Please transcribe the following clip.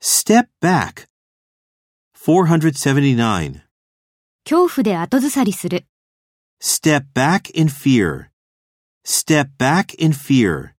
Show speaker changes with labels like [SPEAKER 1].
[SPEAKER 1] Step back. 479.
[SPEAKER 2] 恐怖で後ずさりする。
[SPEAKER 1] Step back in fear. Step back in fear.